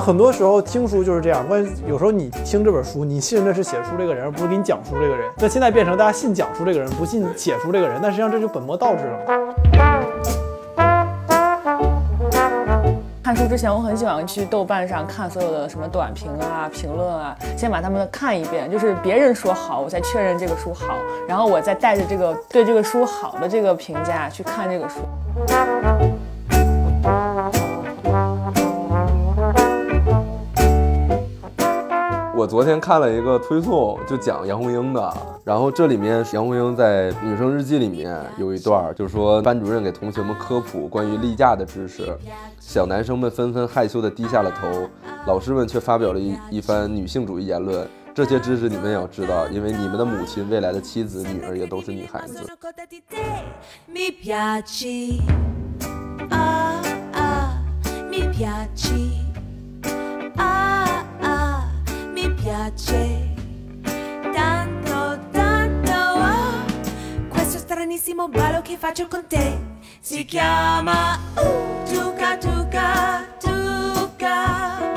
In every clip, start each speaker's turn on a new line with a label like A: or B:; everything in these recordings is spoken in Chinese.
A: 很多时候听书就是这样，关于有时候你听这本书，你信的是写书这个人，而不是给你讲书这个人。那现在变成大家信讲书这个人，不信写书这个人，但实际上这就本末倒置了。
B: 看书之前，我很喜欢去豆瓣上看所有的什么短评啊、评论啊，先把他们看一遍，就是别人说好，我再确认这个书好，然后我再带着这个对这个书好的这个评价去看这个书。
C: 哦我昨天看了一个推送，就讲杨红樱的，然后这里面杨红樱在《女生日记》里面有一段儿，就是说班主任给同学们科普关于例假的知识，小男生们纷纷害羞地低下了头，老师们却发表了一一番女性主义言论。这些知识你们也要知道，因为你们的母亲、未来的妻子、女儿也都是女孩子。
D: Sono cotta di te, mi piaci. Ah, ah, mi piaci. Ah, ah, mi piace. Tanto, tanto. ah. Questo stranissimo ballo che faccio con te si chiama uh, Tuca Tuca Tuca.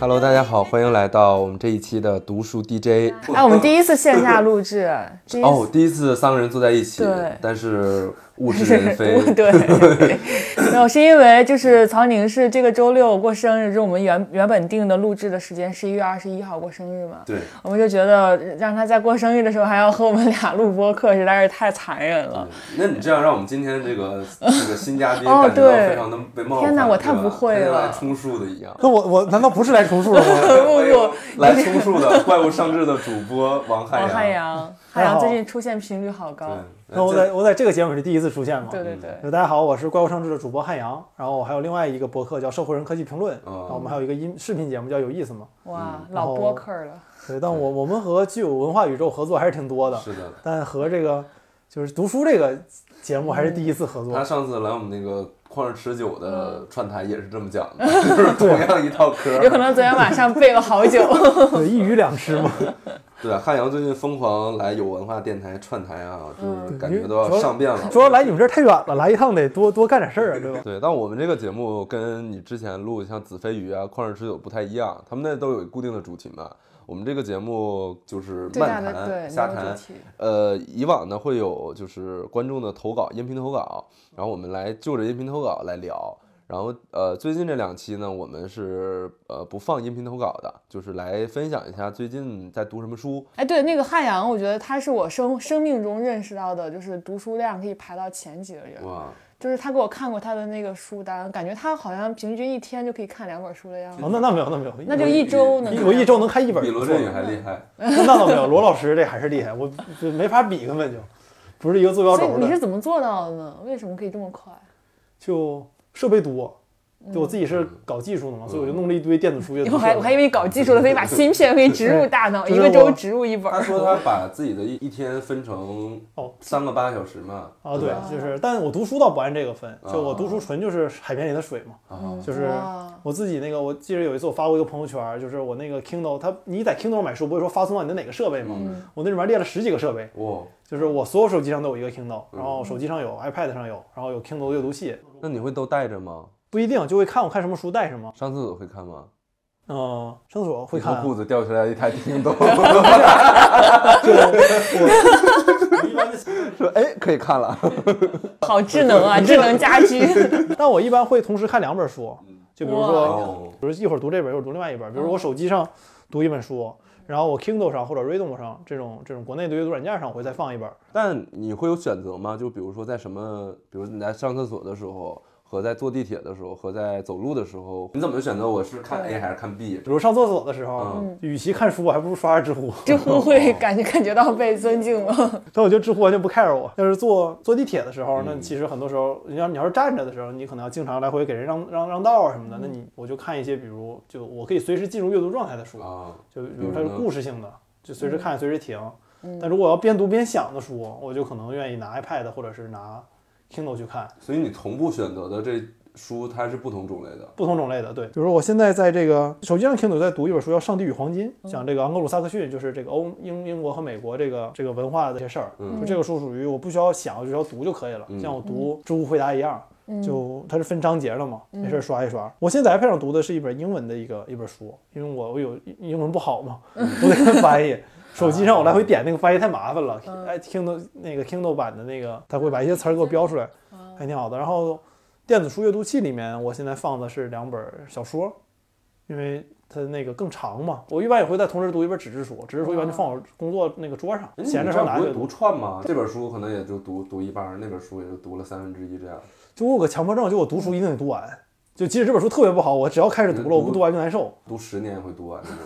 C: Hello，大家好，欢迎来到我们这一期的读书 DJ。
B: 哎，我们第一次线下录制，第一次
C: 哦，第一次三个人坐在一起
B: 对，
C: 但是物是人 非。
B: 对，没有，是因为就是曹宁是这个周六过生日，就是我们原原本定的录制的时间十一月二十一号过生日嘛。
C: 对，
B: 我们就觉得让他在过生日的时候还要和我们俩录播客，实在是太残忍了。
C: 那你这样让我们今天 这个这个新嘉宾
B: 哦
C: 感觉到
B: 对
C: 非常的被冒犯，
B: 天哪
C: 哪，
B: 我太不会了
C: 来充数的一 样。
A: 那我我难道不是来重述的吗？
B: 不
C: 欢迎
B: 不
C: 来充数的怪物上志的主播王
B: 王
C: 汉阳。
B: 汉 阳，哦汉
A: 太好
B: 阳最近出现频率好高。
C: 对，
A: 那我在我在这个节目是第一次出现嘛？
B: 对对对，
A: 大家好，我是怪物上志的主播汉阳，然后我还有另外一个博客叫《社会人科技评论》，然后我们还有一个音视频节目叫《有意思吗
B: 哇，
A: 嗯
B: 老播客了。》。
A: 对，但我我们和具有文化宇宙合作还是挺多的，
C: 是的。
A: 但和这个就是读书这个节目还是第一次合作。
C: 他上次来我们那个旷日持久的串台也是这么讲的， 就是同样一 套嗑
B: 嗯有
C: 儿。
B: 可能昨天晚上背了好 久，
A: 对，一鱼两吃嘛。
C: 对，汉阳最近疯狂来有文化电台串台啊，
B: 嗯
C: 就是感觉都
A: 主
C: 要
A: 要
C: 上遍了。
A: 主要来你们这儿太远了，来一趟得多多干点事儿啊，对吧？
C: 对，但我们这个节目跟你之前录像子非鱼啊、旷日持久不太一样，他们那都有固定的主题嘛。我们这个节目就是
B: 最大
C: 漫
B: 的
A: 嗯
B: 对
C: 谈、
B: 没
C: 瞎
B: 有主
C: 谈。
B: 题。
C: 呃，以往呢会有就是观众的投稿，音频投稿，然后我们来就着音频投稿来聊。然后呃，最近这两期呢，我们是呃不放音频投稿的，就是来分享一下最近在读什么书。
B: 哎，对，那个汉阳，我觉得他是我生生命中认识到的，就是读书量可以排到前几的人。
C: 哇，
B: 就是他给我看过他的那个书单，感觉他好像平均一天就可以看两本书的样子
A: 哦，。那那没有，那没有，
B: 那就一周能
A: 一
B: 看
A: 我一
B: 完
A: 周能看一本，
C: 比罗振宇还厉害。
A: 那倒没有，罗老师这还是厉害，我这没法比，根本就不是一个坐标
B: 所以
A: 轴
B: 你是
A: 的。
B: 怎么做到的呢？为什么可以这么快？
A: 就设备多，对我自己是搞技术的嘛，所以
C: 嗯
A: 我就弄了一堆电子书阅读设
B: 我
A: 备。
B: 还我还以嗯为你搞技术了，所以把芯片可以植入大脑，
A: 就是
B: 一个周
A: 我
B: 植入一本儿。
C: 他说他把自己的一一天分成
A: 哦
C: 三个八小时嘛。
A: 啊，
C: 对啊
A: 对
C: 吧，
A: 就是，但我读书倒不按这个分，就我读书纯就是海绵里的水嘛，
C: 啊，
A: 就是
B: 哇
A: 我自己那个，我记得有一次我发过一个朋友圈儿，就是我那个 Kindle，它你在 Kindle 上买书不会说发送到你的哪个设备
C: 嗯
A: 吗？我那里面列了十几个设备，
C: 哇，
A: 就是我所有手机上都有一个 Kindle，然后手机上有，iPad 上有，然后有 Kindle 阅读器，
C: 那你会都带着吗？
A: 不一定就会看我看什么书带什么。
C: 上厕所会看吗？
A: 嗯、上厕所会看
C: 你
A: 啊、
C: 从裤子掉下来一台叮 咚，说哎可以看了。
B: 好智能 啊，智能家居。
A: 但我一般会同时看两本书，就比如说，
C: 哦，
A: 比如一会儿读这本，一会儿读另外一本。比如说我手机上读一本书，然后我 Kindle 上或者 Readmo 上这种这种国内的阅读软件上，我会再放一本。
C: 但你会有选择吗？就比如说在什么，比如你在上厕所的时候。和在坐地铁的时候，和在走路的时候，你怎么选择？我是看 A 还是看 B？
A: 比如上厕所的时候，与其看书，我还不如刷刷知乎。
B: 知乎会感觉感觉到被尊敬 了。
A: 所以我觉得知乎完全不 care 我。要是坐坐地铁的时候，那其实很多时候，你要你要是站着的时候，你可能要经常来回给人让让让道啊什么的。那你我就看一些，比如就我可以随时进入阅读状态的书，
C: 啊，
A: 就比如它是
C: 比如呢
A: 故事性的，就随时看随时停。但如果我要边读边想的书，我就可能愿意拿 iPad 或者是拿 Kindle 去看
C: 所以你同步选择的这书，它是不同种类的。
A: 不同种类的。对，比如说我现在在这个手机上 Kindle 在读一本书，叫《上帝与黄金》，讲这个盎格鲁撒克逊，就是这个欧英英国和美国这个这个文化的一些事儿。
C: 嗯
A: 就这个书属于我不需要想，我就只要读就可以了，
C: 嗯
A: 像我读《知乎回答》一样。
B: 嗯
A: 就它是分章节的嘛，没事儿刷一刷。我现在在 iPad 上读的是一本英文的一个一本书，因为我我有英文不好嘛，我得看翻译。手机上我来回点那个翻译太麻烦了，哎，Kindle 那个 Kindle 版的那个，它会把一些词儿给我标出来，还挺好的。然后电子书阅读器里面，我现在放的是两本小说，因为它那个更长嘛。我一般也会在同时读一本纸质书，纸质书一般就放我工作那个桌上，
C: 嗯
A: 闲着时候拿
C: 哎不
A: 着
C: 会
A: 就读
C: 读。串吗？这本书可能也就读读一半儿，那本书也就读了三分之一这样。
A: 就我有个强迫症，就我读书一定得读完，就即使这本书特别不好，我只要开嗯始读了，我不读完就难受。
C: 读十年也会读完那种。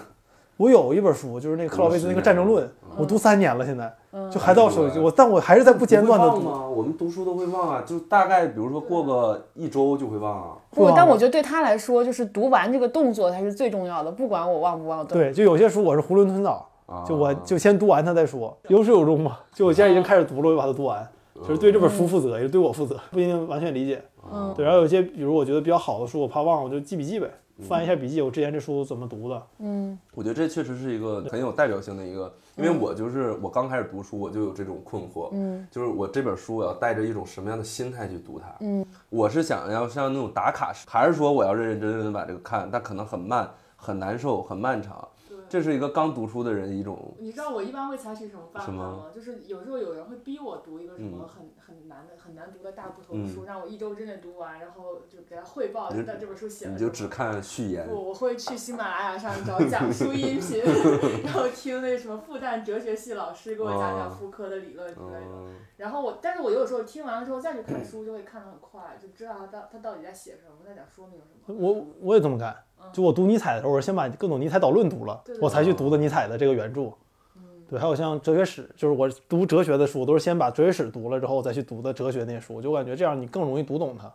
A: 我有一本书，就是那个克劳维兹那个《战争论》，我读三年了，现在就还到手机，
C: 嗯
A: 我但我还是在不间断的
C: 你会
A: 读
C: 忘。吗？我们读书都会忘啊，就大概比如说过个一周就会忘啊。
A: 会
B: 不，
A: 忘
B: 但
A: 的
B: 我觉得对他来说，就是读完这个动作才是最重要的，不管我忘不忘。，
A: 对，就有些书我是囫囵吞枣，
C: 啊
A: 就我就先读完它再说，啊嗯有始有终嘛。就我现在已经开始读了，我就把它读完，就是对这本书负责，也是对我负责，不一定完全理解。
B: 嗯
A: 对，然后有些比如我觉得比较好的书，我怕忘，我就记笔记呗，翻一下笔记，我之前这书怎么读的。
B: 嗯
C: 我觉得这确实是一个很有代表性的一个，
A: 嗯
C: 因为我就是我刚开始读书，我就有这种困惑，
B: 嗯，
C: 就是我这本书我要带着一种什么样的心态去读它，
B: 嗯，
C: 我是想要像那种打卡式，还是说我要认认真真的把这个看，但可能很慢、很难受、很漫长，这是一个刚读书的人一种
E: 你知道我一般会采取什么办法
C: 什么
E: 吗？就是有时候有人会逼我读一个什么
C: 嗯
E: 很、很难的、很难读的大部头的书，让我一周之内读完，然后就给他汇报，
C: 你就
E: 就这本书写
C: 你
E: 了什
C: 就
E: 么。
C: 只看序言，
E: 不，我会去喜马拉雅上找讲书音频， 然后听那什么复旦哲学系老师给我讲
C: 哦
E: 讲妇科的理论之类的。
C: 嗯，
E: 然后我，但是我有时候听完了之后再去看书，就会看得很快，就知道他到他到底在写什么，在讲说明什么。
A: 我我也这么干，就我读尼采的时候，我是先把各种尼采导论读了
E: 嗯对，对
A: 我才去读的尼采的这个原著。
E: 嗯
A: 对，还有像哲学史，就是我读哲学的书，我都是先把哲学史读了之后，再去读的哲学那些书，就感觉这样你更容易读懂它。
E: 嗯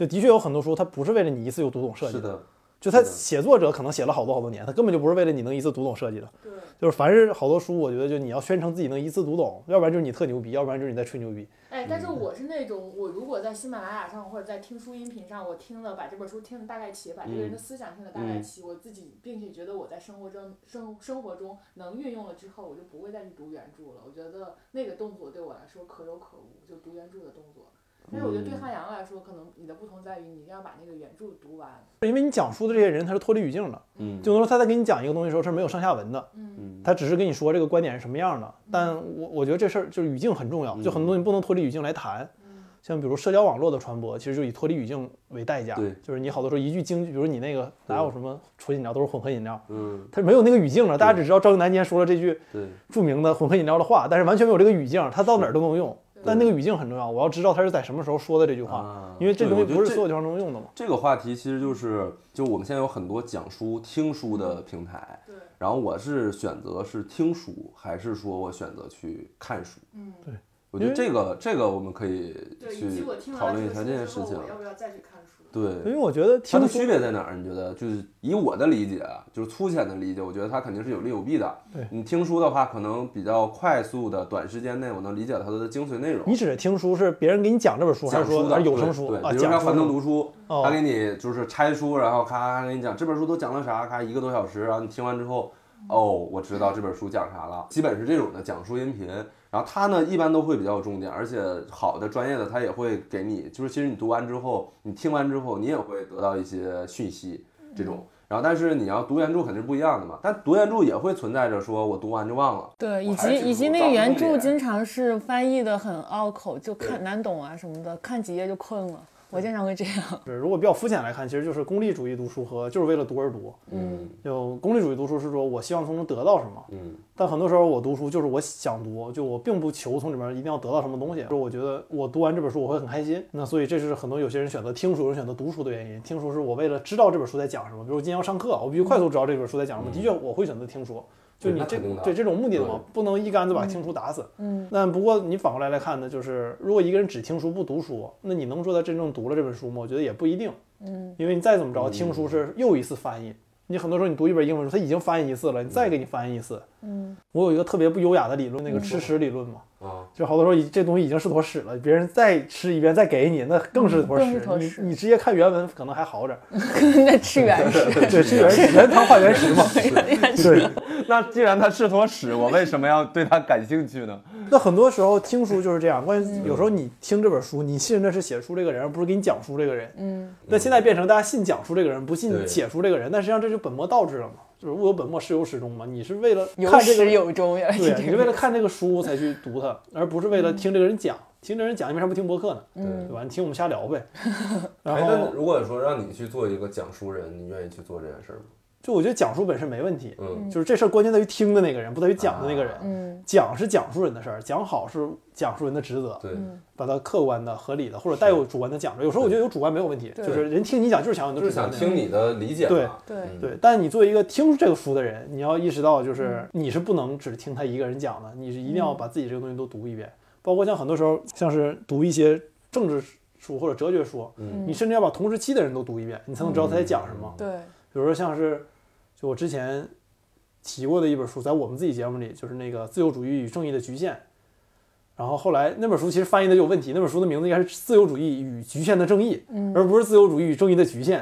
A: 就的确有很多书，它不是为了你一次就读懂设计
C: 是
A: 的，
C: 的，
A: 就它
C: 是的
A: 写作者可能写了好多好多年，他根本就不是为了你能一次读懂设计的。
E: 对，
A: 就是凡是好多书，我觉得就你要宣称自己能一次读懂，要不然就是你特牛逼，要不然就是你在吹牛逼。
E: 哎，但是我是那种，我如果在喜马拉雅上或者在听书音频上，我听了把这本书听得大概齐，把这个人的思想听得大概齐，我自己并且觉得我在生活中生生活中能运用了之后，我就不会再去读原著了。我觉得那个动作对我来说可有可无，就读原著的动作。但是我觉得对汉阳来说，可能你的不同在于你一定要把那个原著读完。
A: 因为你讲述的这些人，他是脱离语境的，
C: 嗯，
A: 就是说他在给你讲一个东西的时候，他是没有上下文的。
E: 嗯
A: 他只是跟你说这个观点是什么样的，但我我觉得这事儿就是语境很重要，就很多
C: 嗯
A: 东西不能脱离语境来谈。
E: 嗯
A: 像比如社交网络的传播，其实就以脱离语境为代价
C: 对，
A: 就是你好多时候一句京剧，比如你那个哪有什么纯饮料都是混合饮料，
C: 嗯，
A: 它没有那个语境了，大家只知道赵英男今天说了这句
C: 对，
A: 著名的混合饮料的话，但是完全没有这个语境，它到哪儿都能用。但那个语境很重要，我要知道他是在什么时候说的这句话
C: 啊，
A: 因为这
C: 对
A: 东西
C: 我觉得
A: 不是
C: 这
A: 所有地方都能用的嘛。
C: 这个话题其实就是，就我们现在有很多讲书、听书
A: 嗯
C: 的平台，
E: 对，
C: 然后我是选择是听书，还是说我选择去看书？
E: 嗯，
C: 我觉得这个这个我们可以
E: 对，以及
C: 去
E: 我听
C: 讨
E: 完
C: 论
E: 了这
C: 一下
E: 个
C: 这件
E: 书
C: 事
E: 之
C: 情
E: 后，我。要不要再去看书？
A: 因为
C: 对，
A: 我觉得
C: 它
A: 听
C: 的
A: 书
C: 区别在哪儿？你觉得？就是以我的理解，就是粗浅的理解，我觉得它肯定是有利有弊的。
A: 对
C: 你听书的话，可能比较快速的、短时间内，我能理解它的精髓内容。
A: 你指的听书是别人给你讲这本书，还
C: 讲
A: 是说
C: 书
A: 还
C: 的
A: 是有声
C: 对
A: 书
C: 对，
A: 啊？
C: 比如
A: 讲
C: 像
A: 书
C: 樊登
A: 是吗
C: 读书，
A: 哦
C: 他给你就是拆书，然后咔咔给你讲这本书都讲了啥，咔一个多小时，然后你听完之后，哦，我知道这本书讲啥了，基本是这种的讲述音频。然后他呢，一般都会比较有重点，而且好的专业的他也会给你，就是其实你读完之后，你听完之后，你也会得到一些讯息这种。然后，但是你要读原著肯定是不一样的嘛，但读原著也会存在着说我读完就忘了，
B: 对，
C: 我
B: 以
C: 还
B: 及
C: 是
B: 以及
C: 读
B: 那
C: 到
B: 个
C: 后
B: 原著
C: 面
B: 经常是翻译的很拗口，就看
C: 对
B: 难懂啊什么的，看几页就困了。我经常会这样。
A: 是，如果比较肤浅来看，其实就是功利主义读书和就是为了读而读。
C: 嗯
A: 就功利主义读书是说我希望从中得到什么，
C: 嗯，
A: 但很多时候我读书就是我想读，就我并不求从里面一定要得到什么东西。就是我觉得我读完这本书我会很开心，那所以这是很多有些人选择听书，有人选择读书的原因。听书是我为了知道这本书在讲什么，比如我今天要上课，我必须快速知道这本书在讲什么。的确，我会选择听书。就
C: 嗯对
A: 你
C: 那
A: 这
C: 肯定的
A: 对这种目的的嘛
C: 对，
A: 不能一竿子把听书打死。
B: 嗯，
A: 那不过你反过来来看呢，就是如果一个人只听书不读书，那你能说他真正读了这本书吗？我觉得也不一定。
B: 嗯，
A: 因为你再怎么着，听书是又一次翻译。你很多时候你读一本英文书，它已经翻译一次了，你再给你翻译一次。
B: 嗯，
A: 我有一个特别不优雅的理论，那个吃屎理论嘛，
C: 啊，
A: 就好多时候已这东西已经是坨屎了，别人再吃一遍再给你，那更是坨
B: 嗯更
A: 屎
B: 是。坨屎
A: 你你直接看原文可 能还好点儿，
B: 那吃原始，
A: 对，是原原汤化原食嘛。对，
C: 那既然它是坨屎，我为什么要对它感兴趣呢？
A: 那很多时候听书就是这样，关
B: 嗯
A: 于有时候你听这本书，你信的是写书这个人，而不是给你讲书这个人。
B: 嗯，
A: 但现在变成大家信讲书这个人，不信
C: 对
A: 写书这个人，但实际上这就本末倒置了嘛，就是物有本末，事有始终嘛。你是为了
B: 有
A: 看这个
B: 始有终呀，
C: 啊
A: 对，你是为了看这个书才去读它，而不是为了听这个人讲。听这人讲，你为啥不听播客呢？
C: 嗯
A: 对吧？你听我们瞎聊 呗。然
C: 哎，那
A: 后，
C: 如果说让你去做一个讲书人，你愿意去做这件事吗？
A: 就我觉得讲述本身没问题，
C: 嗯，
A: 就是这事儿关键在于听的那个人，不在于讲的那个人。
C: 啊
B: 嗯
A: 讲是讲述人的事儿，讲好是讲述人的职责，
C: 对，
A: 把它客观的、合理的，或者带有主观的讲出来。有时候我觉得有主观没有问题，
B: 对
A: 就是人听你讲就是想有你
C: 就
A: 的
C: 是
A: 主观
C: 想
A: 的
C: 听你的理解
A: 嗯对
C: 嘛。
B: 对
C: 嗯
A: 对，但你作为一个听这个书的人，你要意识到，就是你是不能只听他一个人讲的，你是一定要把自己这个东西都读一遍。包括像很多时候，像是读一些政治书或者哲学书，
C: 嗯
A: 你甚至要把同时期的人都读一遍，你才能知道他在讲什么。
B: 对，
A: 比如说像是，就我之前提过的一本书，在我们自己节目里，就是那个《自由主义与正义的局限》。然后后来那本书其实翻译的有问题，那本书的名字应该是《自由主义与局限的正义》，
B: 嗯
A: 而不是《自由主义与正义的局限》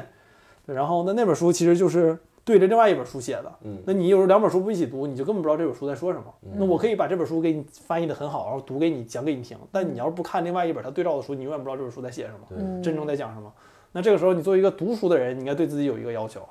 A: 对。然后那那本书其实就是对着另外一本书写的。
C: 嗯
A: 那你有时候两本书不一起读，你就根本不知道这本书在说什么。那我可以把这本书给你翻译的很好，然后读给你讲给你听，但你要是不看另外一本它对照的书，你永远不知道这本书在写什么。
B: 嗯
A: 真正在讲什么。那这个时候，你作为一个读书的人，你应该对自己有一个要求。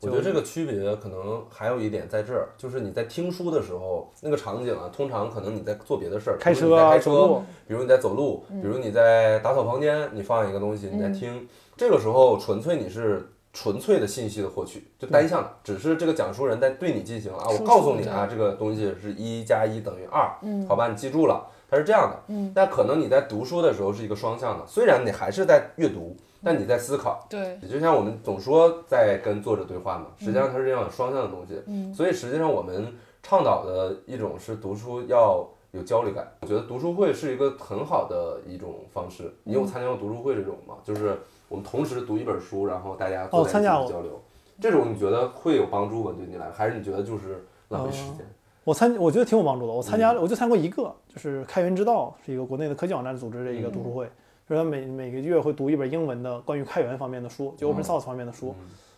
C: 我觉得这个区别可能还有一点在这儿，就是你在听书的时候，那个场景啊，通常可能你在做别的事儿，
A: 开
C: 比如
A: 车
C: 你在
A: 啊
C: 开
A: 走路
C: 车，比如你在走路，比
B: 嗯
C: 如你在打扫房间，你放一个东西，你在听，这个时候纯粹你是。纯粹的信息的获取，就单向的，只是这个讲述人在对你进行了啊，我
B: 嗯输
C: 告诉
B: 出
C: 你
B: 的
C: 啊，这个东西是一加一等于二，
B: 嗯
C: 好吧，你记住了，它是这样的。嗯，但可能你在读书的时候是一个双向的，虽然你还是在阅读，但你在思考，
B: 对，
C: 也就像我们总说在跟作者对话嘛，实际
B: 嗯
C: 上它是这样双向的东西。所以实际上我们倡导的一种是读书要有焦虑感。我觉得读书会是一个很好的一种方式。你有参加过读书会这种吗？就是我们同时读一本书，然后大家坐
A: 哦
C: 在一
A: 参
C: 起
A: 加过
C: 交流，这种你觉得会有帮助吗？对你来，还是你觉得就是浪费时间？
A: 我参，我觉得挺有帮助的。我参
C: 嗯
A: 加，我就参加过一个，就是开源之道，是一个国内的科技网站组织的一个读
C: 嗯
A: 书会，就是他每每个月会读一本英文的关于开源方面的书，
C: 嗯
A: 就 open source 方面的书。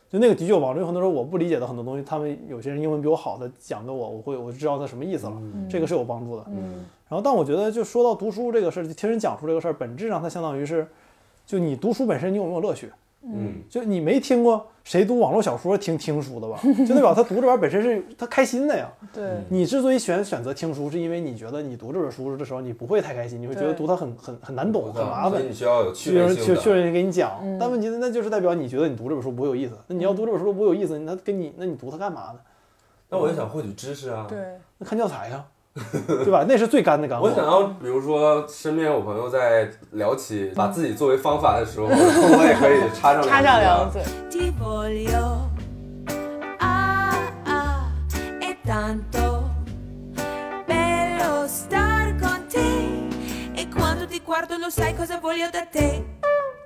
A: 就那个的确有帮助，有很多时候我不理解的很多东西，他们有些人英文比我好的讲给我，我会我就知道他什么意思了，
C: 嗯
A: 这个是有帮助的。
B: 嗯
A: 然后，但我觉得就说到读书这个事儿，就听人讲述这个事儿，本质上它相当于是，就你读书本身你有没有乐趣？
C: 嗯，
A: 就你没听过谁读网络小说听听书 的吧？就代表他读这玩意儿本身是他开心的呀。
B: 对，
C: 嗯
A: 你之所以选选择听书，是因为你觉得你读这本书的时候你不会太开心，你会觉得
B: 对
A: 读它很很很难懂、很麻
C: 所
A: 烦
C: 以。你需要有趣
A: 去
C: 味
A: 人
C: 性
A: 去
C: 的。嗯
A: 去人给你讲，但问题是那就是代表你觉得你读这本书不会有意思。那你要读这本书不会有意思，那跟你那你读它干嘛呢？
C: 那我就想获取知识啊。
B: 对，
A: 那看教材呀， 对吧？那是最干的干货
C: 我。想要，比如说身边有朋友在聊起把自己作为方法的时候，我也可以插上
B: 插上梁子
C: 句啊。，
D: ti voglio. Ah, ah, è tanto bello star con te. E quando ti guardo lo sai cosa voglio da te.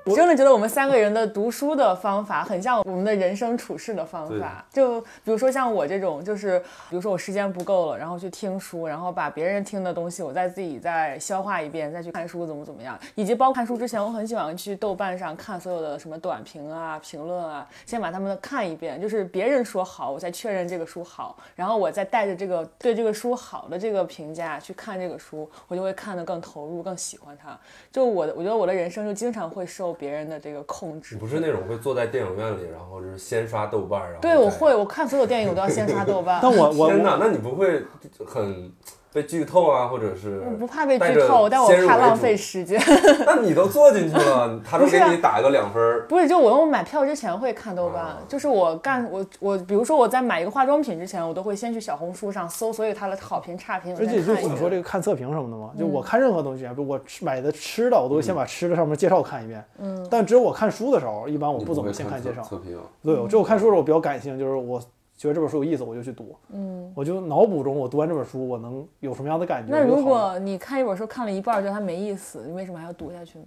B: 我真的觉得我们三个人的读书的方法很像我们的人生处事的方法。就比如说像我这种，就是比如说我时间不够了，然后去听书，然后把别人听的东西，我再自己再消化一遍，再去看书怎么怎么样。以及包括看书之前，我很喜欢去豆瓣上看所有的什么短评啊、评论啊，先把他们的看一遍，就是别人说好，我再确认这个书好，然后我再带着这个对这个书好的这个评价去看这个书，我就会看得更投入，更喜欢它。就我的，我觉得我的人生就经常会受别人的这个控
C: 你
B: 制。
C: 不是那种会坐在电影院里，然后就是先刷豆瓣儿，然后
B: 对，我
C: 再
B: 会，。我看所有电影我都要先刷豆瓣。
A: 但我我
C: 天哪，那你不会很被剧透啊，或者是？
B: 我不怕被剧透，但我怕浪费。时间。
C: 那你都坐进去了，他都
B: 不是
C: 给
B: 啊
C: 你打一个两分儿。
B: 不是，就我用买票之前会看豆瓣，
C: 啊
B: 就是我干我我，比如说我在买一个化妆品之前，我都会先去小红书上搜所有它的好评差评，我
A: 而
B: 先
A: 且就
B: 看一嗯
A: 你说
B: 遍。
A: 这个看测评什么的嘛，就我看任何东西啊，比如我吃买的吃的，我都会
C: 嗯
A: 先把吃的上面介绍看一遍。嗯，但只有我看书的时候，一般我
C: 你
A: 不怎么
C: 会
A: 先看
C: 看
A: 介
C: 测
A: 绍。
C: 测评。
A: 对，
B: 嗯
A: 我只有看书的时候我比较感性，就是我觉得这本书有意思，我就去读。嗯，我就脑补中我读完这本书我能有什么样的感觉。
B: 那
A: 我就
B: 如
A: 好
B: 果你看一本书看了一半儿觉得它没意思，你为什么还要读下去呢？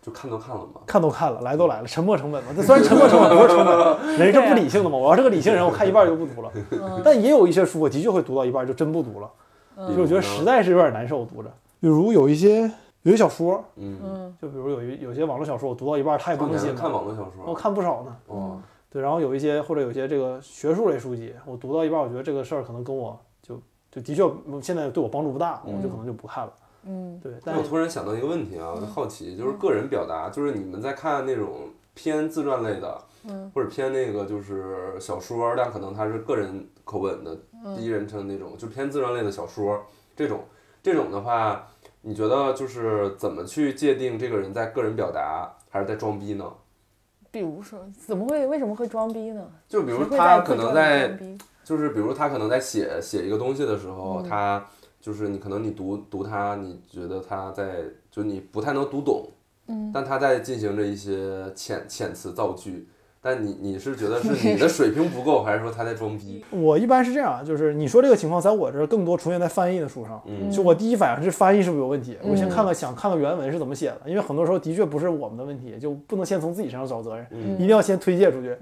C: 就看都看了嘛，
A: 看都看了，来都来了，沉没成本嘛。这虽然沉没成本不是成 本，人是
B: 啊
A: 不理性的嘛。我要是个理性人，我看一半就不读
B: 嗯
A: 了。 但也有一些书，我的确会读到一半就真不读了，
B: 嗯
C: 比
A: 就
C: 如
A: 我觉得
C: 呢
A: 实在是有点难受读着。比如有一些有一小说，
C: 嗯，
A: 就比如有一有些网络小说，我读到一半儿太
C: 当
A: 更
C: 年
A: 新
C: 看
A: 了，
C: 网络小说，哦
A: 我看不少呢。
C: 哇，
A: 对，然后有一些或者有一些这个学术类书籍，我读到一半，我觉得这个事儿可能跟我就就的确现在对我帮助不大，我就可能就不看了。
B: 嗯，
A: 对，但
C: 但我突然想到一个问题啊，我就好奇，就是个人表达，就是你们在看那种偏自传类的，或者偏那个就是小说，但可能它是个人口吻的第一人称那种，就偏自传类的小说，这种这种的话，你觉得就是怎么去界定这个人在个人表达还是在装逼呢？
B: 比如说，怎么会为什么会装逼呢？
C: 就比
B: 比
C: 如他可能在
B: 装逼，
C: 就是比如他可能在写写一个东西的时候，他就是你可能你读读他，你觉得他在就你不太能读懂，嗯，但他在进行着一些遣遣词造句，但你你是觉得 是你的水平不够，还是说他在装逼？
A: 我一般是这样，啊就是你说这个情况，在我这儿更多出现在翻译的书上。
C: 嗯
A: 就我第一反应是翻译是不是有问题？
B: 嗯
A: 我先看看，想看看原文是怎么写的，因为很多时候的确不是我们的问题，就不能先从自己身上找责任，
C: 嗯
A: 一定要先推介出去。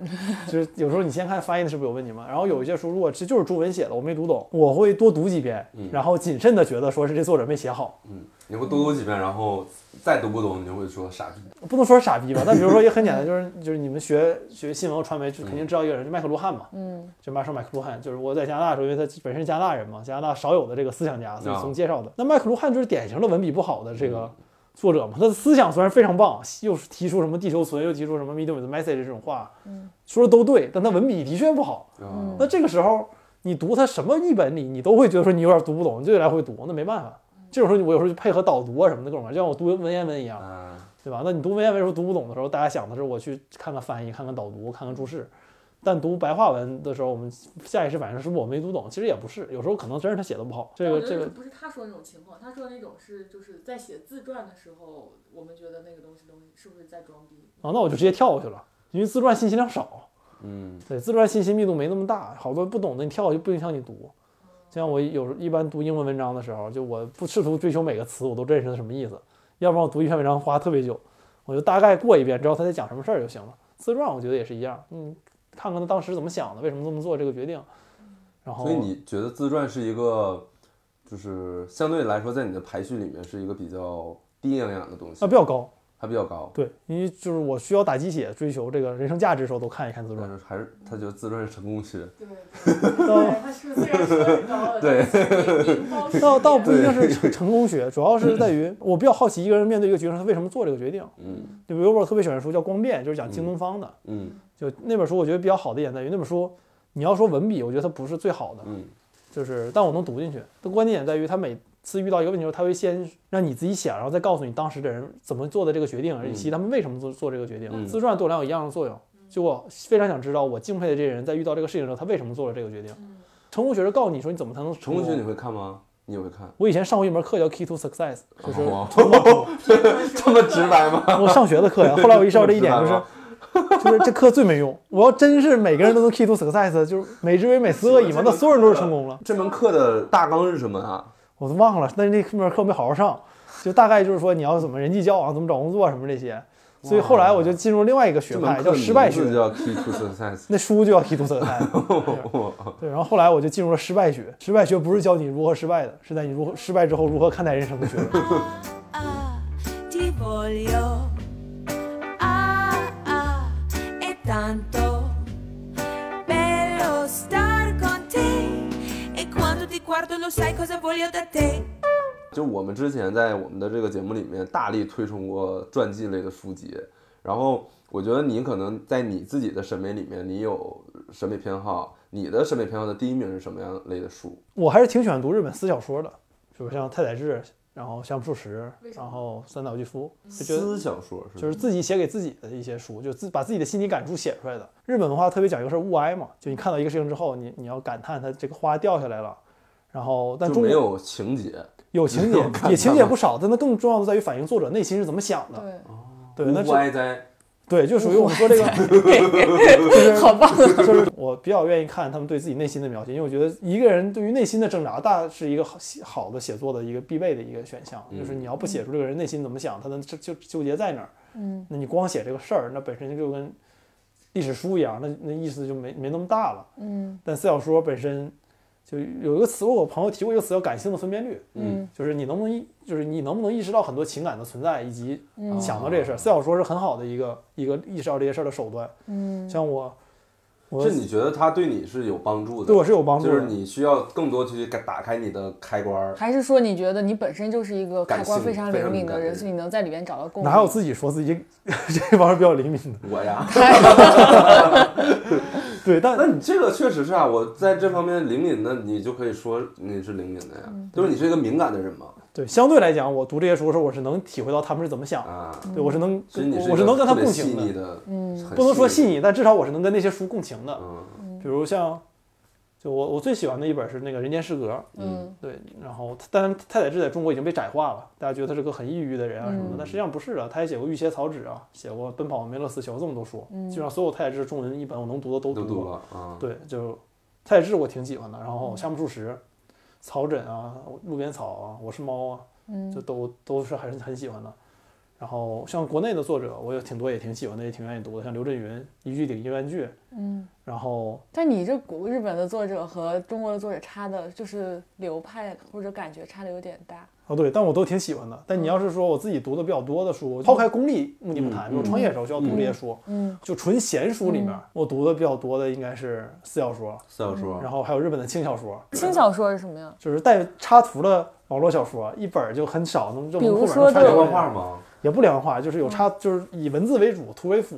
A: 就是有时候你先看翻译的是不是有问题嘛。然后有一些书如果这就是中文写的，我没读懂，我会多读几遍，然后谨慎的觉得说是这作者没写好，
C: 嗯，你会多读几遍，然后再读不懂，你就会说傻逼。
A: 不能说是傻逼吧，但比如说也很简单，就是就是你们学学新闻和传媒，就肯定知道一个人，就麦克卢汉嘛，
B: 嗯
A: 就马上麦克卢汉，就是我在加拿大的时候，因为他本身是加拿大人嘛，加拿大少有的这个思想家，所以
C: 啊
A: 从介绍的。那麦克卢汉就是典型的文笔不好的这个作者嘛，他的思想虽然非常棒，又是提出什么地球村，又提出什么 medium is message 这种话，说的都对，但他文笔的确不好。
C: 嗯
A: 那这个时候你读他什么译本里，你都会觉得说你有点读不懂，你就得来回读，那没办法。这种时候我有时候就配合导读啊什么的各种玩意儿，就像我读文言文一样，
C: 啊，
A: 对吧？那你读文言文的时候读不懂的时候，大家想的是我去看看翻译、看看导读、看看注释。但读白话文的时候，我们下意识反应是不是我没读懂？其实也不是，有时候可能真是他写的不好。这
E: 但我
A: 个
E: 觉得
A: 这个
E: 就不是他说的那种情况，他说的那种是就是在写自传的时候，我们觉得那个东西东西是不是在装逼？
A: 啊，那我就直接跳过去了，因为自传信息量少，
C: 嗯
A: 对自传信息密度没那么大，好多不懂的你跳过去不影响你读。就像我有一般读英文文章的时候，就我不试图追求每个词我都认识它什么意思，要不然我读一篇文章花特别久，我就大概过一遍，知道他在讲什么事儿就行了。自传我觉得也是一样，嗯，看看他当时怎么想的，为什么这么做这个决定，然后
C: 所以你觉得自传是一个，就是相对来说在你的排序里面是一个比较低营养的东西
A: 啊比，较高，
C: 它比较高。
A: 对，因为就是我需要打鸡血追求这个人生价值的时候，都看一看自
C: 但
A: 传。
C: 是还是他觉得自传是成功学，
E: 对， 对，他是虽然说是高了，
C: 对
E: 但
C: 嗯
E: 是
A: 倒倒不一定是成成功学，主要是在于我比较好奇一个人面对一个决定，他为什么做这个决定。
C: 嗯
A: 就比如我特别喜欢的书叫《光变》，就是讲京东方的。
C: 嗯。
A: 就那本书，我觉得比较好的一点在于那本书，你要说文笔，我觉得它不是最好的，
C: 嗯
A: 就是但我能读进去。但关键点在于，他每次遇到一个问题的时候，他会先让你自己想，然后再告诉你当时的人怎么做的这个决定，以及他们为什么做做这个决定。
C: 嗯
A: 自传对我来讲有一样的作用，就我非常想知道我敬佩的这些人在遇到这个事情的时候，他为什么做了这个决定。
E: 嗯
A: 成功学是告诉你说你怎么才能
C: 成
A: 成
C: 功学你
A: 功。
C: 会看吗？你也会看？
A: 我以前上过一门课叫《Key to Success》，就是
C: 哦
A: 通过
C: 这么直白吗？
A: 我上学的 课呀。后来我意识到这一点，就
C: 这
A: 是
C: 么
A: 就是这课最没用。我要真是每个人都能 key to success，就是每之为美斯恶已嘛，那所有人都是成功了。
C: 这门课的大纲是什么啊？
A: 我都忘了，但是那门课没好好上，就大概就是说你要怎么人际交往、怎么找工作啊什么这些。所以后来我就进入另外一个学
C: 这
A: 派，
C: 门
A: 叫
C: 课
A: 哎失败
C: 名字
A: 学。
C: 叫 Key to Success。
A: 那书就叫 key to success。对，啊然后后来我就进入了失败学。失败学不是教你如何失败的，是在你如何失败之后如何看待人生的学问。
D: Ah, ti voglio. Ah, ah, è tanto bello star con te. E quando ti guardo lo sai cosa voglio da te.
C: 就我们之前在我们的这个节目里面大力推崇过传记类的书籍，然后我觉得你可能在你自己的审美里面，你有审美偏好，你的审美偏好的第一名是什么样类的书？
A: 我还是挺喜欢读日本私小说的，比如像太宰治，然后夏目漱石
E: 为，什么嗯
A: 然后三岛由纪夫，就觉得
C: 思想说是
A: 就是自己写给自己的一些书，就自把自己的心理感触写出来的。日本文化特别讲究是物哀嘛，就你看到一个事情之后，你你要感叹它这个花掉下来了，然后但
C: 就
A: 中
C: 没
A: 国
C: 有情节，
A: 有情
C: 没有感
A: 节，
C: 叹
A: 也情节不少，但它更重要的在于反映作者内心是怎么想的。
B: 对，
A: 对，那这
C: 无哀哉。
A: 对就属于我们说 这个，
B: 好棒啊！
A: 就是我比较愿意看他们对自己内心的描写，因为我觉得一个人对于内心的挣扎，大是一个好好的写作的一个必备的一个选项。就是你要不写出这个人内心怎么想，他能就就纠结在哪儿。
B: 嗯，
A: 那你光写这个事儿，那本身就跟历史书一样，那那意思就没没那么大了。
B: 嗯
A: 但四小说本身就有一个词，我有朋友提过一个词叫感性的分辨率，
B: 嗯
A: 就是你能不能意，就是你能不能意识到很多情感的存在，以及
B: 嗯
A: 想到这些事儿。四小说是很好的一个一个意识到这些事儿的手段。
B: 嗯
A: 像我我
C: 是你觉得它对你是有帮助的，
A: 对我是有帮助
C: 就
A: 的。
C: 是你需要更多去打开你的开关 儿。
B: 还是说你觉得你本身就是一个开关非常灵敏的
C: 感性非常敏感的
B: 人，
C: 人
B: 所以你能在里面找到共鸣？
A: 哪有自己说自己 这帮人比较灵敏的？
C: 我呀，
A: 对，但
C: 那你这个确实是啊，我在这方面灵敏的，你就可以说你是灵敏的呀，就是你是一个敏感的人嘛，
A: 对相对来讲，我读这些书的时候，我是能体会到他们是怎么想的，
C: 啊，
B: 嗯
A: 对我是能
C: 所以
A: 跟嗯
C: 你
A: 我
C: 是
A: 我是能跟他共
C: 情
A: 情的，
C: 的，嗯，
A: 不能说细腻，但至少我是能跟那些书共情的。
C: 嗯，
A: 比如像，就我我最喜欢的一本是那个《人间失格》，
B: 嗯
A: 对，然后但是太宰治在中国已经被窄化了，大家觉得他是个很抑郁的人啊什么的，但实际上不是啊，他也写过《御切草纸》啊，写过《奔跑吧梅勒斯》，写过这么多书，基本上所有太宰治的中文译本我能读的都
C: 都
A: 读
C: 读
A: 过。
C: 了啊，嗯
A: 对，就太宰治我挺喜欢的，然后夏目漱石、草枕啊、路边草啊、我是猫啊，
B: 嗯
A: 就都都是还是很喜欢的。然后像国内的作者，我有挺多也挺喜欢的，也挺愿意读的，像刘震云、一句顶一万句，
B: 嗯。
A: 然后
B: 但你这古日本的作者和中国的作者差的，就是流派或者感觉差的有点大。
A: 哦，对，但我都挺喜欢的。但你要是说我自己读的比较多的书，抛开功利目的不谈，
C: 嗯
A: 我创业的时候需要读这些书，
B: 嗯，
A: 就纯闲书里面，我读的比较多的应该是四小说，
C: 四小说
A: 然后还有日本的轻小说，
B: 轻小说是什么呀？
A: 就是带插图的网络小说，一本儿就很少，能就
B: 比如
A: 门口
B: 说
A: 能
B: 嗯
A: 翻
B: 这
A: 两
C: 连
B: 种
A: 本
C: 环
A: 儿
C: 画吗？
A: 也不连环画，就是有插，就是以文字为主，图为辅。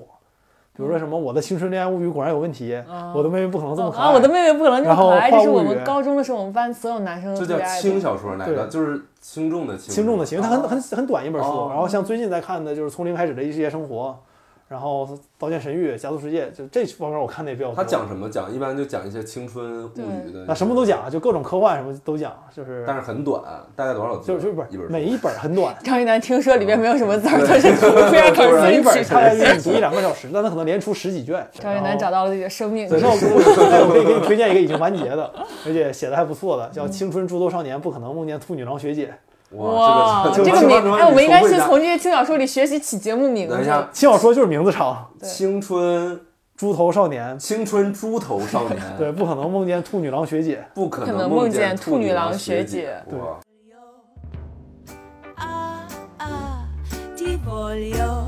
A: 比如说什么《我的青春恋爱物语》果然有问题，我的妹妹不可能这么可爱，
B: 嗯啊，我的妹妹不可能这么可爱，
A: 然后
B: 这是我
A: 花物
B: 们
A: 语
B: 高中的时候，我们班所有男生都
C: 这
B: 最
C: 叫
B: 爱
C: 轻
B: 的。，
C: 小说，哪个
A: 对
C: 就是轻重的轻，
A: 轻重的轻，因为它很很很短一本书。
C: 哦
A: 然后像最近在看的就是《从零开始的异世界生活》，然后《刀剑神域》《家族世界》，就这方面我看的也比较多。
C: 他讲什么？讲一般就讲一些青春物语的，
A: 那啊什么都，讲，就各种科幻什么都讲，就是
C: 但是很短，大概多少字？
A: 就是就是
C: 一
A: 本
C: 本
A: 每一本很短
B: 张一楠听说里面没有什么字
A: 嗯
B: 儿，都是图片 和
A: 每一
B: 随
A: 本
B: 笔。
A: 大概给你读一两个小时，但它可能连出十几卷。
B: 张一楠找到了自己的生命。
A: 然后。那我 那我可以给你推荐一个已经完结的，而且写的还不错的，
C: 嗯
A: 叫《青春诸多少年不可能梦见兔女郎学姐》。
B: 哇，
C: 这
B: 这
C: 个
B: 个
C: 这
B: 名，哎，我们应该是从这些轻小说里学习起节目名字。
C: 等一下，
A: 轻小说就是名字长，
B: 对
C: 青春
A: 猪头少年，
C: 青春猪头少年，
A: 对，不可能梦见兔女郎学姐。
C: 不可
B: 不可
C: 能
B: 能
C: 梦
B: 梦见兔
C: 兔
B: 女郎
C: 郎
B: 学
C: 姐
B: 姐。
A: 对
C: 哇，
D: Io, ah, ah, ti voglio,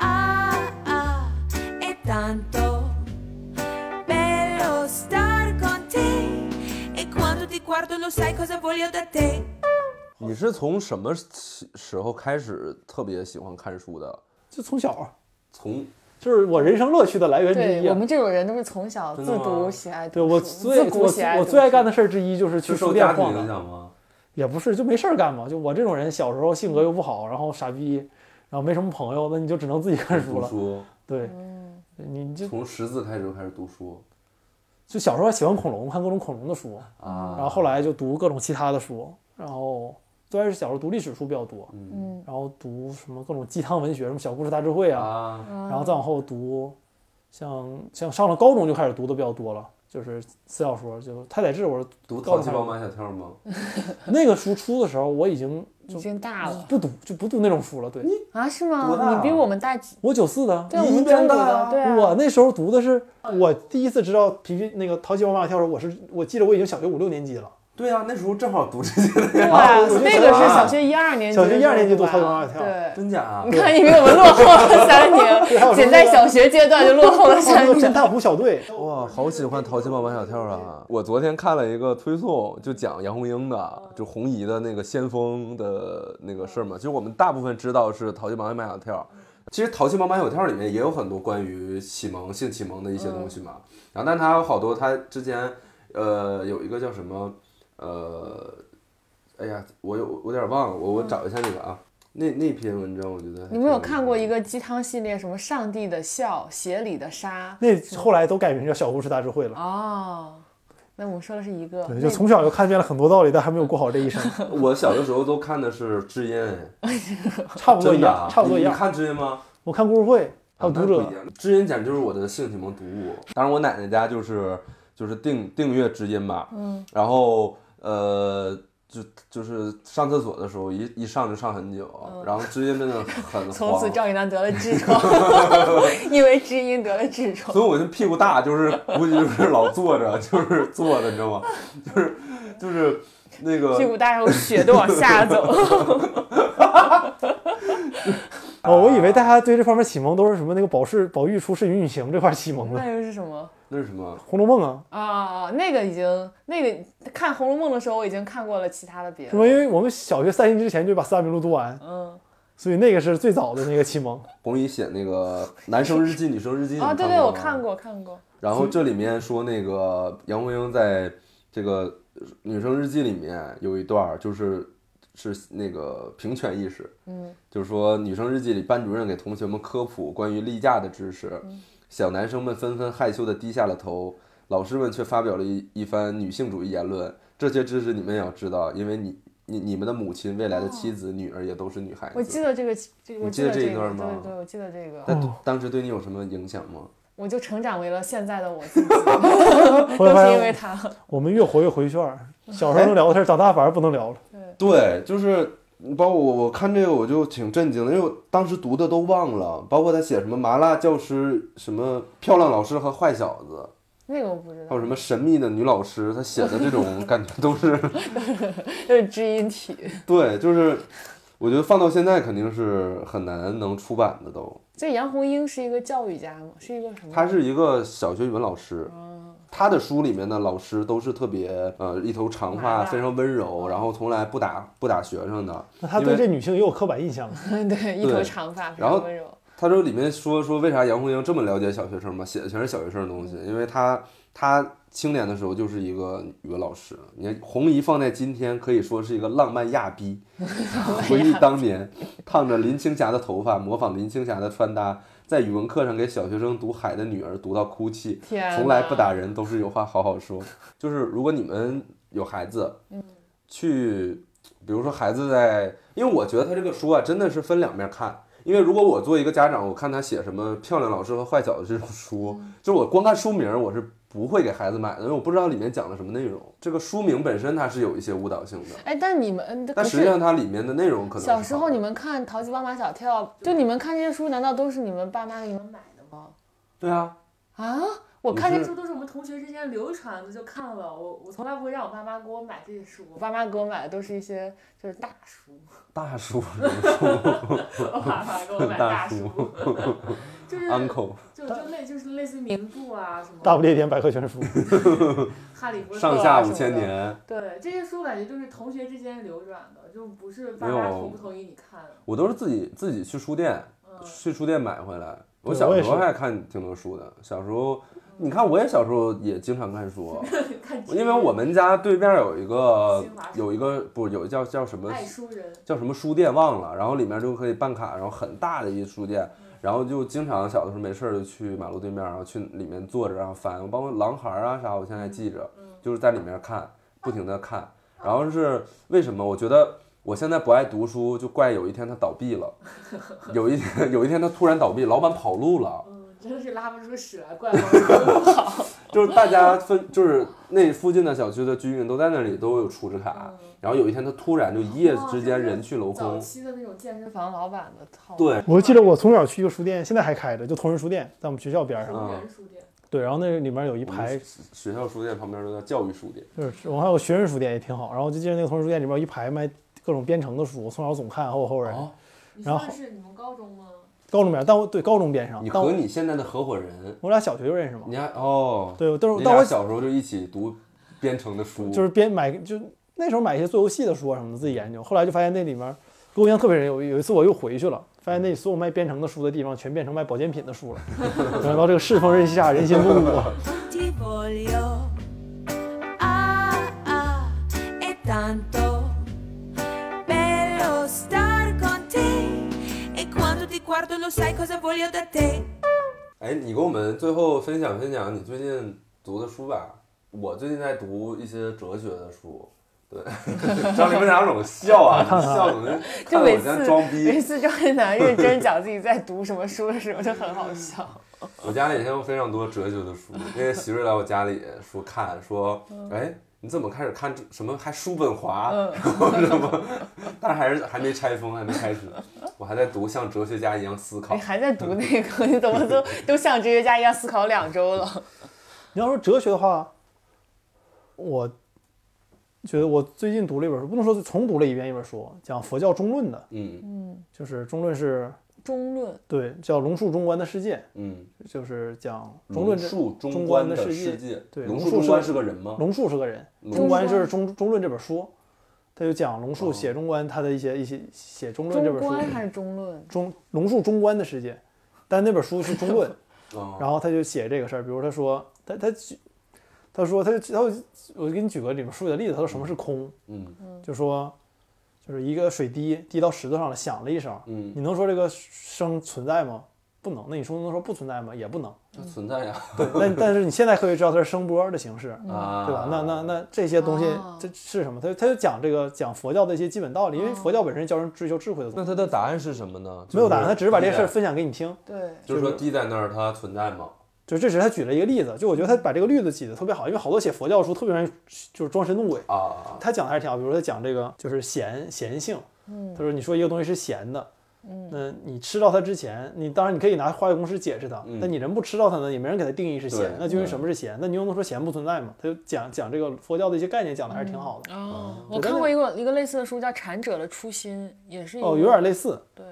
D: ah, ah, è tanto bello star con te. E quando ti guardo lo sai cosa voglio da te.
C: 你是从什么时时候开始特别喜欢看书的？
A: 就从小啊，
C: 从
A: 就是我人生乐趣的来源之
B: 对
A: 一
B: 我
A: 啊。
B: 们这种人都是从小自
C: 真的
B: 读
C: 吗
B: 喜爱
A: 对
B: 读
A: 我
B: 书，
A: 最
B: 自古
A: 我
B: 喜爱
A: 我
B: 读
A: 最爱
B: 书
A: 干的事儿之一就是
C: 是
A: 去
C: 受
A: 书
C: 家
A: 店
C: 庭
A: 晃
C: 影
A: 荡，
C: 响吗？
A: 也不是就没事儿干嘛。就我这种人，小时候性格又不好，然后傻逼，然后没什么朋友，那你就只能自己看书
C: 读
A: 了。
C: 书，
A: 对，
B: 嗯
A: 你就
C: 从识字开始就开始读书
A: 就小时候还喜欢恐龙，看各种恐龙的书，
C: 啊
A: 然后后来就读各种其他的书，然后最开始小时候读历史书比较多，
C: 嗯
A: 然后读什么各种鸡汤文学，什么小故事大智慧啊，
C: 啊，
A: 然后再往后读，像像上了高中就开始读的比较多了，就是四小说，就太宰治， 我是
C: 读《
A: 高
C: 淘
A: 中
C: 气
A: 还
C: 包马小跳》吗？
A: 那个书出的时候，我已经
B: 已经大了
A: 不读就不读那种书了。对，
B: 啊？是
C: 多大
B: 吗？
C: 啊
B: 你比我们大几？
A: 我九四的，
B: 对，
C: 你
B: 我们
C: 一边
B: 中国
C: 大
B: 的，
C: 啊
B: 对啊。
A: 我那时候读的是我第一次知道皮皮那个《淘气包马小跳》的时候，我是我记得我已经小学五六年级了，
C: 对啊，那时候正好读这些
B: 对
C: 内容，
B: 啊，
A: 我就
B: 那
A: 想
B: 个是
C: 啊
B: 小学一二年级
A: 小
B: 的时候吧，
A: 学一二年级读《淘气包马小跳》
B: 对，
C: 真假啊？
B: 你看你比我们落后了 三
A: 还有
B: 年，
A: 什么
B: 仅在小学阶段就落后了
A: 澳
B: 三
A: 洲
B: 年
A: 侦。探虎小队，
C: 哇，好喜欢《淘气包马小跳》啊！我昨天看了一个推送，就讲杨红樱的，就红姨的那个先锋的那个事儿嘛。其实我们大部分知道是《淘气包马小跳》，其实《淘气包马小跳》里面也有很多关于启蒙、性启蒙的一些东西嘛。然后，但它有好多，它之前呃有一个叫什么呃，哎呀，我有我有点忘了，我我找一下那个啊，那那篇文章我觉得还
B: 你们有
C: 挺
B: 看过
C: 意思
B: 一
C: 的
B: 个鸡汤系列，什么上帝的笑，鞋里的沙？
A: 那后来都改名叫《小故事大智慧》了。
B: 哦，那我们说的是一
C: 啊
B: 个，
A: 对，
B: 那
A: 就从小就看遍了很多道理，但还没有过好这一 生，
C: 我小的时候都看的是知音，哎
A: 差不多
C: 真
A: 一
C: 的啊
A: 样，差不多一
C: 你你
A: 样。
C: 看知音吗？
A: 我看故事会，还
B: 哦
A: 有读
C: 啊那
A: 者
C: 不一，样知音简直就是我的性启蒙读物。当然，我奶奶家就是就是订订阅知音嘛，嗯，然后呃。就就是上厕所的时候一一上就上很久，然后知音真的很
B: 嗯从此
C: 黄，
B: 赵一楠得了 痔疮，因为知音得了痔疮。
C: 所以我就屁股大，就是估计就是老坐着， 就是坐着，你知道吗？就是就是那个
B: 屁股大，然后血都往下走。
A: 哦，我以
C: 啊
A: 为大家对这方面启蒙都是什么那个宝适、宝玉出仕与女行这块启蒙的，《
B: 那又是什么
C: 那是什么？
A: 红楼梦》啊，
B: 啊？那个已经那个看《红楼梦》的时候，我已经看过了其他的别
A: 是吗？
B: 的。
A: 因为我们小学三年级之前就把四大名著读完，
B: 嗯
A: 所以那个是最早的那个启蒙。
C: 红姨写那个男生日记、女生日记
B: 啊，对对，我看
C: 过。
B: 过看过。
C: 然后这里面说那个杨红樱在这个女生日记里面有一段儿就是是那个平权意识，
B: 嗯，
C: 就是说女生日记里班主任给同学们科普关于例假的知识，
B: 嗯
C: 小男生们纷纷害羞的低下了头，老师们却发表了一一番女性主义言论，这些知识你们也要知道，因为你你你们的母亲、未来的妻子、女儿也都是女孩子。
B: 哦我记得这个，这个我
C: 你记
B: 得
C: 得这
B: 这
C: 一
B: 个，
C: 段
B: 对
C: 吗
B: 对，我记得这个，
C: 那当时对你有什么影响吗？
B: 我就成长为了现在的我 自己，
A: 后来
B: 都
A: 发
B: 是因为
A: 现
B: 他。
A: 我们越活越回旋儿，小时候能聊的事儿，长大反而不能聊了。
C: 对，就是包括我，我看这个我就挺震惊的，因为我当时读的都忘了，包括他写什么麻辣教师、什么漂亮老师和坏小子，
B: 那个我不知
C: 还
B: 道
C: 有，什么神秘的女老师，他写的 这种感觉都是
B: 就是知音体。
C: 对，就是我觉得放到现在肯定是很难能出版的都。
B: 这杨红樱是一个教育家吗？是一个什么？
C: 他是一个小学语文老师，
B: 嗯
C: 他的书里面的老师都是特别呃一头长
B: 麻
C: 发，
B: 辣嗯
C: 非常温柔，然后从来不打不打学生的。
A: 那他
C: 因
A: 对
C: 为
A: 这女性也有刻板印象，
B: 对，一头
C: 对
B: 长发，非
C: 然后
B: 常温柔。
C: 他说里面说说为啥杨红樱这么了解小学生嘛，写的全是小学生的东西，因为他他青年的时候就是一个语文老师。你看红姨放在今天可以说是一个浪漫亚逼，回忆当年烫着林青霞的头发，模仿林青霞的穿搭，在语文课上给小学生读《海的女儿》读到哭泣，
B: 天哪
C: 从来不打人，都是有话好好说。就是如果你们有孩子，
B: 嗯
C: 去，比如说孩子在，因为我觉得他这个书啊，真的是分两面看。因为如果我做一个家长，我看他写什么《漂亮老师和坏小子》这种书，
B: 嗯
C: 就是我光看书名儿，我是不会给孩子买的，因为我不知道里面讲了什么内容。这个书名本身它是有一些误导性的，
B: 哎，但你们，
C: 但
B: 可
C: 实际
B: 是
C: 上它里面的内容可能是
B: 小时
C: 好
B: 候
C: 的
B: 你们看《淘气包马小跳》，就你们看这些书，难道都是你们爸妈给你们买的吗？
C: 对啊，
B: 啊，我
C: 你
B: 看
C: 是
B: 这
E: 这书都是我们同学之间流传的，就看了。我我从来不会让我爸妈给我买这些书，
B: 我爸妈给我买的都是一些就是大书，
C: 大 叔
E: 我爸妈给我买
C: 大
E: 书， 就是
C: ，uncle，
E: 就就类就是类似于名著啊什么
A: 大不
E: 《
A: 列颠百科全书。
E: 哈利波特》
C: 上
E: 啊
C: 下
E: 什
C: 五
E: 么
C: 千
E: 的
C: 年。
E: 对这些书感觉就是同学之间流转的，就不是爸
C: 没
E: 妈
C: 有
E: 同不同意你看。啊嗯
C: 我都是自己自己去书店，去书店买回来。我
A: 对
C: 小
A: 我也
C: 时候
A: 是
C: 还看挺多书的，小时候，你看我也小时候也经常看 书，
E: 看这
C: 因为我们家对面有一个
E: 新华书
C: 有一个不有叫叫什么
E: 爱书人，
C: 叫什么书店忘了，然后里面就可以办卡，然后很大的一书店，
E: 嗯
C: 然后就经常小的时候没事儿就去马路对面，然后去里面坐着，然后翻，包括《狼孩》啊啥，我现在还记着，
E: 嗯
C: 就是在里面看，不停的看。然后是为什么？我觉得我现在不爱读书，就怪有一天它倒 闭了，有一天有一天它突然倒闭，老板跑路了，
E: 嗯，真的是拉不出屎来，怪我。
C: 就是大家分，就是那附近的小区的居民都在那里都有储值卡，然后有一天它突然就一夜之间人去楼
E: 嗯早
C: 空。
E: 期的那种健身
B: 是
E: 房
B: 房老板的套。
C: 对，
A: 我记得我从小去一个书店，现在还开着，就同仁书店，在我们学校
C: 嗯
A: 边上。
E: 成人书店，
A: 对，然后那里面有一
C: 我们
A: 排
C: 学校书店旁边都叫教育书店。
A: 就是我还有学生书店也挺好，然后就记得那个同仁书店里面有一排卖各种编程的书，我从小总看，后有后人。
C: 哦
E: 你
A: 然
E: 说
A: 后
E: 的是你们高中吗？
A: 高中边，但我对高中边上
C: 你，
A: 但
C: 和
A: 我
C: 你现在的合伙人，
A: 我俩小学就认识嘛。
C: 你还哦，
A: 对，但
C: 你
A: 是但
C: 俩
A: 我
C: 小时候就一起读编程的书，
A: 就是边买就那时候买一些做游戏的书啊什么的自己研究，后来就发现那里面给我印象特别深。有有一次我又回去了，发现那所有卖编程的书的地方全变成卖保健品的书了， 没想到这个世风日下，人心不古啊。
D: Ti voglio, ah ah, è tanto bello star con te. E quando ti guardo lo sai cosa voglio da te.
C: 哎，你给我们最后分享分享你最近读的书吧。我最近在读一些哲学的书，对， 张林为啥老笑啊？你笑怎么
B: 就
C: 看
B: 每
C: 我像
B: 次
C: 装
B: 每
C: 逼？
B: 次赵一楠认真讲自己在读什么书的时候，就很好笑。
C: 我家里现在有非常多哲学的书，那天媳妇儿来我家里说看，说哎你怎么开始看这什么还叔本华，然后什么， 但是还是还没拆封，还没开始，我还在读像哲学家一样思考
B: 你。哎还在
A: 嗯
B: 读那个？ 你怎 么都都像哲学家一样思考两周了？
A: 你要说哲学的话，我觉得我最近读了一本书，不能说是重读了一遍一本书，讲佛教中论的，
C: 嗯，
A: 就是中论是
B: 中论，
A: 对，叫《龙树中观的世界
C: 嗯，》，
A: 就是讲嗯中
C: 龙
A: 论这
C: 树
A: 中
C: 观
A: 观的世
C: 世
A: 界对
C: 龙
A: 龙
C: 树
A: 树
C: 中
A: 是
C: 观
A: 个
C: 是个人吗？
A: 龙树是个人，
C: 龙
A: 中观就是
B: 树
A: 中中论这本书，他就讲龙
C: 哦
A: 树写中观他的一些一些写中论这
B: 中
A: 本
B: 观
A: 书，
B: 还是中论？
A: 中龙树中观的世界，但那本书是中论，
C: 哦
A: 然后他就写这个事儿，比如他说他他举他说他就他就我就给你举个里面书里的例子，他说什么是空，
C: 嗯
A: 就说就是一个水滴滴到石头上了，响了一声，
C: 嗯，
A: 你能说这个声存在吗？不能。那你说能说不存在吗？也不能。
C: 它存在呀
A: 对， 但但是你现在可以知道它是声波的形式，
C: 啊，
A: 对吧？那那那这些东西
B: 哦
A: 这是什么？他就他就讲这个讲佛教的一些基本道理，因为佛教本身教人追求智慧的东
C: 那
A: 西，
C: 它啊的答案是什么呢？
A: 没有答案，
C: 就
A: 他只是把这
C: 滴
A: 些事儿
C: 在，
A: 分享给你听。
B: 对，
C: 就是说滴在那儿它存在吗？
A: 就这只是他举了一个例子，就我觉得他把这个例子举得特别好，因为好多写佛教的书特别容易就是装神弄鬼。
C: 啊，
A: 他讲的还是挺好，比如说他讲这个就是咸咸性，
B: 嗯
A: 他说你说一个东西是咸的，
B: 嗯
A: 那你吃到它之前，你当然你可以拿化学公式解释它，
C: 嗯
A: 但你人不吃到它呢，也没人给它定义是
C: 对
A: 咸，那究竟
C: 对
A: 什么是咸？那你又能说咸不存在吗？他就讲讲这个佛教的一些概念，讲的还是挺好的。
B: 哦，
A: 对但
B: 我
A: 嗯
B: 看
A: 那
B: 过一个一个类似的书叫《禅者的初心》，也是一
A: 哦，
B: 个
A: 有点类似，
B: 对，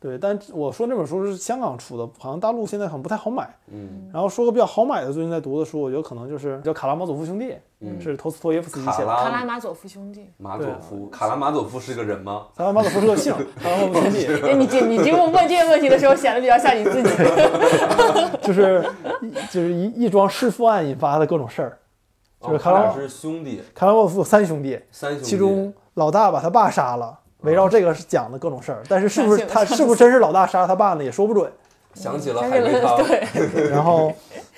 A: 对。但我说那本书是香港出的，好像大陆现在很不太好买。
C: 嗯
A: 然后说个比较好买的，最近在读的书，我觉得可能就是叫《卡拉马佐夫兄弟》，
C: 嗯
A: 是托斯托耶夫斯基
C: 卡
A: 写的。
C: 拉
B: 卡拉马佐夫兄弟。
C: 马
A: 对啊
C: 佐夫，卡拉马佐夫是个人吗？
A: 卡拉马佐夫是个 姓，卡拉马佐夫兄弟。
B: 哎，你这你这问问这些问题的时候，显得比较像你自己。
A: 就是一就是一一桩弑父案引发的各种事儿。就是
C: 哦
A: 卡
C: 他
A: 拉
C: 俩是兄弟，
A: 卡拉莫夫三兄弟，
C: 三兄弟，
A: 其中老大把他爸杀了，围绕这个讲的各种事儿。但是是不是他是不是真是老大杀他爸呢？也说不准。
C: 想起了
B: 但
C: 海
B: 是
C: 龟汤，
B: 对，
A: 然后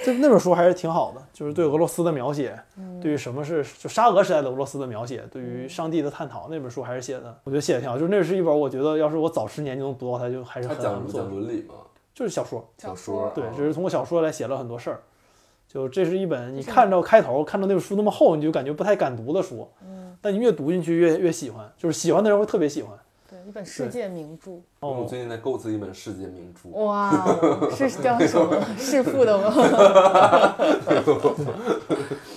A: 这那本书还是挺好的，就是对俄罗斯的描写，对于什么是就沙俄时代的俄罗斯的描写，对于上帝的探讨，那本书还是写的，我觉得写的挺好。就是那是一本我觉得要是我早十年就能读到它，就还是
C: 他
A: 很
C: 讲
A: 很
C: 不
A: 不错
C: 讲
A: 的，
C: 伦理吗？
A: 就是小说。
C: 小说，
A: 对
C: 哦，
A: 只是通过小说来写了很多事儿。就这是一本你看到开头看到那本书那么厚，你就感觉不太敢读的书，嗯，但你越读进去越越喜欢，就是喜欢的人会特别喜欢。
B: 对，一本世
A: 对
B: 界名著。
C: 因为我
A: 哦，
C: 最近在构思一本世界名著，
B: 哇，哦是叫 什么？弑父的吗？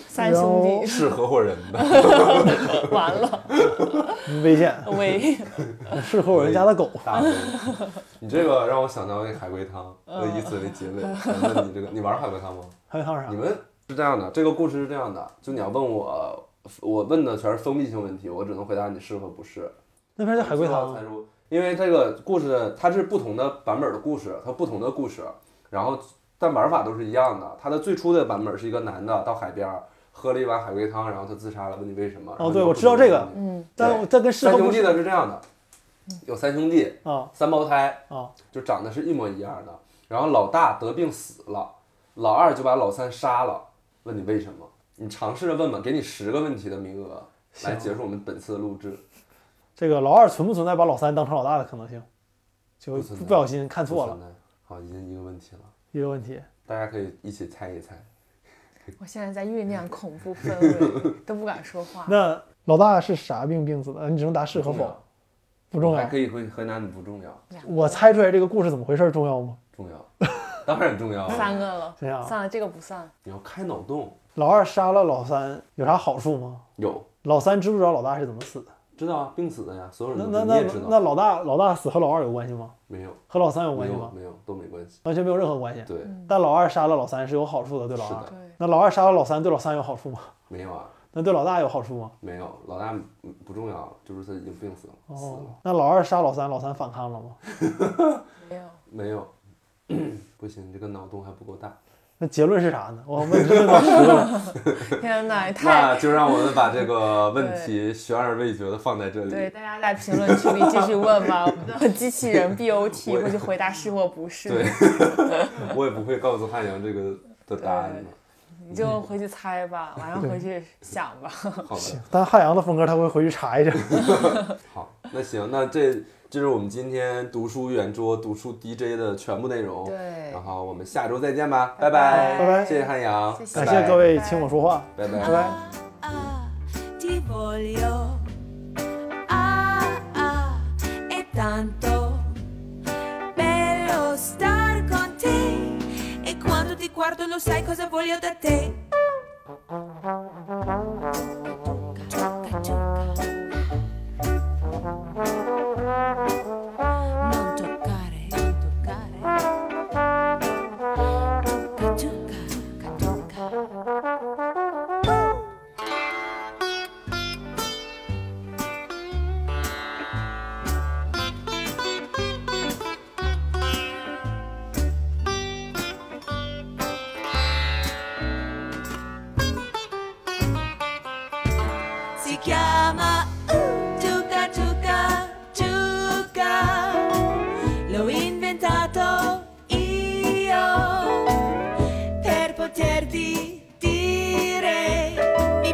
B: 三兄弟，
C: 是合伙人 的，
B: 完了，
A: 危险，
B: 喂，
A: 适合我人家的狗。
C: 大哥。你这个让我想到那个海龟汤，那以此为结尾。想问你这个，你玩海龟汤吗？
A: 还有还有啥
C: 你？们是这样的，这个故事是这样的，就你要问我，我问的全是封闭性问题，我只能回答你是和不是。
A: 那边叫海龟汤
C: 猜，出，因为这个故事它是不同的版本的故事，它不同的故事，然后但玩法都是一样的。它的最初的版本是一个男的到海边儿喝了一碗海龟汤，然后他自杀了，问你为什么？然后
A: 对
C: 你
A: 我
C: 不
A: 知道
C: 能
A: 这个
C: 问你
B: 嗯，
A: 但但跟适
C: 三
A: 合
C: 兄
A: 不
C: 弟的是这样的，有三兄弟，
A: 啊
C: 三胞胎，
A: 啊
C: 哦就长得是一模一样的。然后老大得病死了，老二就把老三杀了。问你为什么？你尝试着问吧，给你十个问题的名额来结束我们本次的录制。
A: 这个老二存不存在把老三当成老大的可能性？就
C: 不存在
A: 不小心看错了
C: 不存在。好，哦已经一个问题了，
A: 一个问题。
C: 大家可以一起猜一猜。
B: 我现在在酝酿恐怖氛围，都不敢说话。
A: 那老大是啥病病死的？你只能答是和否，不重
C: 还
A: 要
C: 可。以回回答你不重要，
A: 我猜出来这个故事怎么回事重要吗？
C: 重要，当然重要。
B: 三个了，
A: 这样啊
B: 算了，这个不算。
C: 你要开脑洞，
A: 老二杀了老三有啥好处吗？
C: 有
A: 老三知不知道老大是怎么死的？
C: 知道啊，病死的呀，所有人
A: 那那
C: 都你
A: 那
C: 也知
A: 那
C: 道，
A: 老大老大死和老二有关系吗？
C: 没有，
A: 和老三有
C: 没
A: 关系
C: 有，
A: 吗？
C: 没有，都没关系。
A: 完全没有任何关系。
C: 对，
B: 嗯
A: 但老二杀了老三是有好处的，对老
C: 是
A: 二
C: 的。
B: 对，
A: 那老二杀了老三对老三有好处吗？
C: 没有啊，
A: 那对老大有好处吗？
C: 没有，老大嗯不重要，就是他已经病死了，死
A: 哦
C: 了，，
A: 那老二杀老三，老三反抗了吗？
B: 没有。
C: 没有。 不行，你这个脑洞还不够大，
A: 那结论是啥呢？我们只问 到十了。
B: 天哪，也太
C: 那就让我们把 这个问题悬而未决的放在这里。
B: 对，大家在评论区里继续问吧，我们的机器人 BOT 会去回答是或不是，
C: 对 我也不会告诉汉阳这个的答案的。
B: 你就回去猜吧，晚上回去想吧。
C: 好 的，
A: 但汉阳的风格他会回去查一 下。
C: 好，那行，那这这是我们今天读书圆桌、读书 DJ 的全部内容。
B: 对
C: 然后我们下周再见吧，拜
B: 拜
A: 拜拜
C: 谢谢汉阳，
B: 谢谢
A: 感
C: 拜
A: 谢
C: 拜
A: 各，位听我说话，
C: 拜
A: 拜
C: 拜。
A: 拜。
D: ah, ti voglio. Ah, ah, è tanto bello star con te. E quando ti guardo lo sai cosa voglio da te. Non toccare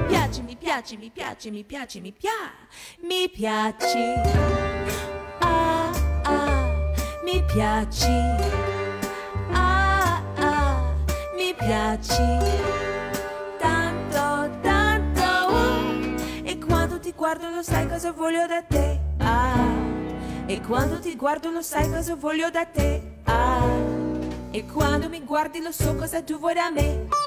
D: piaci, mi piaci, mi piaci, mi piaci, mi piaci. Ah, ah, mi piaci. Ah, ah, mi piaci. Tanto, tanto, uh, e quando ti guardo lo sai cosa voglio da te. Ah, e quando ti guardo lo sai cosa voglio da te. Ah, e quando mi guardi lo so cosa tu vuoi da me.